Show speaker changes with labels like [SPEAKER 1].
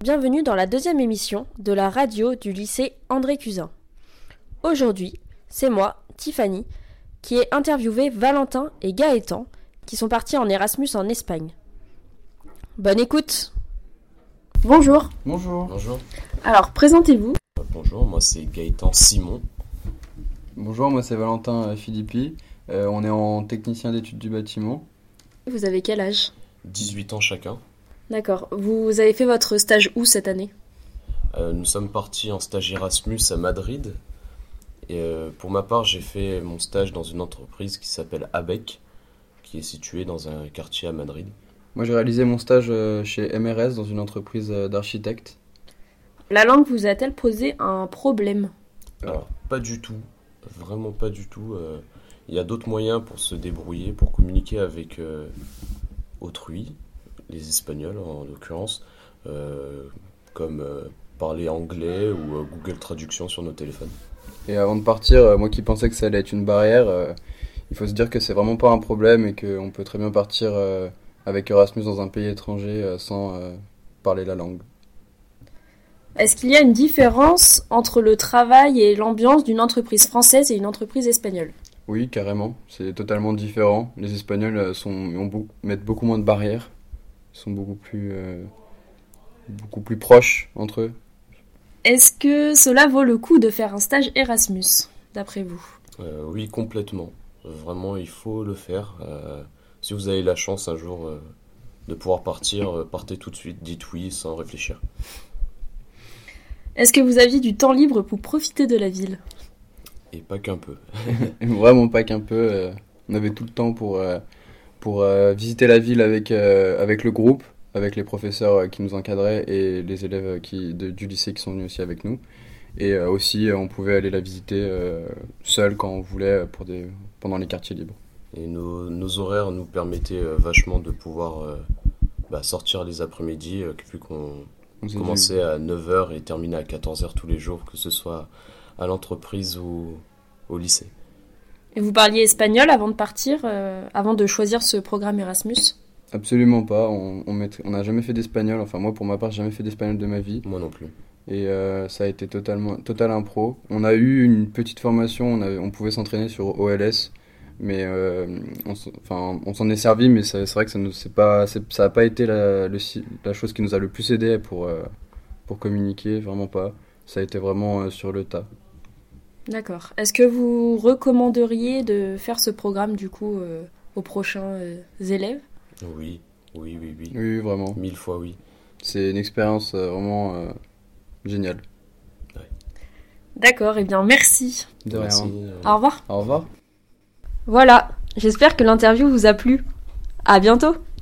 [SPEAKER 1] bienvenue dans la deuxième émission de la radio du lycée André Cusin. Aujourd'hui, c'est moi, Tiffany, qui ai interviewé Valentin et Gaëtan, qui sont partis en Erasmus en Espagne. Bonne écoute Bonjour,
[SPEAKER 2] Bonjour.
[SPEAKER 3] Bonjour.
[SPEAKER 1] alors présentez-vous.
[SPEAKER 3] Euh, Bonjour, moi c'est Gaëtan Simon.
[SPEAKER 2] Bonjour, moi c'est Valentin euh, Philippi. Euh, on est en technicien d'études du bâtiment.
[SPEAKER 1] Vous avez quel âge
[SPEAKER 3] 18 ans chacun.
[SPEAKER 1] D'accord, vous avez fait votre stage où cette année
[SPEAKER 3] Euh, nous sommes partis en stage Erasmus à Madrid. Et euh, pour ma part, j'ai fait mon stage dans une entreprise qui s'appelle ABEC, qui est située dans un quartier à Madrid.
[SPEAKER 2] Moi j'ai réalisé mon stage euh, chez MRS dans une entreprise euh, d'architectes.
[SPEAKER 1] La langue vous a-t-elle posé un problème
[SPEAKER 3] Alors, pas du tout, vraiment pas du tout. euh, Il y a d'autres moyens pour se débrouiller, pour communiquer avec euh, autrui, les Espagnols en l'occurrence, euh, comme euh, parler anglais ou euh, Google Traduction sur nos téléphones.
[SPEAKER 2] Et avant de partir, euh, moi qui pensais que ça allait être une barrière, euh, il faut se dire que c'est vraiment pas un problème et qu'on peut très bien partir euh, avec Erasmus dans un pays étranger euh, sans euh, parler la langue.
[SPEAKER 1] Est-ce qu'il y a une différence entre le travail et l'ambiance d'une entreprise française et une entreprise espagnole
[SPEAKER 2] Oui, carrément, c'est totalement différent. Les Espagnols euh, sont, ont beau- mettent beaucoup moins de barrières, Ils sont beaucoup plus, euh, beaucoup plus proches entre eux.
[SPEAKER 1] Est-ce que cela vaut le coup de faire un stage Erasmus, d'après vous
[SPEAKER 3] Euh, oui, complètement. Euh, Vraiment, il faut le faire. Euh, si vous avez la chance un jour euh, de pouvoir partir, euh, partez tout de suite, dites oui sans réfléchir.
[SPEAKER 1] Est-ce que vous aviez du temps libre pour profiter de la ville
[SPEAKER 3] Et pas qu'un peu.
[SPEAKER 2] Et Vraiment pas qu'un peu. euh, on avait tout le temps pour, euh, pour euh, visiter la ville avec, euh, avec le groupe, avec les professeurs euh, qui nous encadraient et les élèves euh, qui, de- du lycée qui sont venus aussi avec nous. Et euh, aussi, euh, on pouvait aller la visiter euh, seul quand on voulait euh, pour des, pendant les quartiers libres.
[SPEAKER 3] Et nos, nos horaires nous permettaient euh, vachement de pouvoir euh, bah, sortir les après-midi, euh, vu qu'on
[SPEAKER 2] On s'est dit-
[SPEAKER 3] commençait à 9h et terminait à 14h tous les jours, que ce soit à l'entreprise ou au lycée.
[SPEAKER 1] Et vous parliez espagnol avant de partir, euh, avant de choisir ce programme Erasmus
[SPEAKER 2] Absolument pas. On on maîtri- on n'a jamais fait d'espagnol. Enfin, moi, pour ma part, j'ai jamais fait d'espagnol de ma vie.
[SPEAKER 3] Moi non plus.
[SPEAKER 2] Et euh, ça a été totalement, total impro. On a eu une petite formation, on, avait- on pouvait s'entraîner sur OLS, mais euh, on, s- enfin, on s'en est servi, mais ça- c'est vrai que ça nous, c'est pas, c'est- ça n'a pas été la, le si- la chose qui nous a le plus aidé pour, euh, pour communiquer, vraiment pas. Ça a été vraiment euh, sur le tas.
[SPEAKER 1] D'accord. Est-ce que vous recommanderiez de faire ce programme du coup euh, aux prochains euh, élèves
[SPEAKER 3] Oui, oui, oui, oui.
[SPEAKER 2] Oui, oui, vraiment.
[SPEAKER 3] Mille fois oui.
[SPEAKER 2] C'est une expérience euh, vraiment euh, géniale.
[SPEAKER 1] D'accord, eh bien merci.
[SPEAKER 2] De
[SPEAKER 3] Merci,
[SPEAKER 2] rien.
[SPEAKER 3] euh,
[SPEAKER 1] Au revoir.
[SPEAKER 2] Au revoir.
[SPEAKER 1] Voilà, j'espère que l'interview vous a plu. À bientôt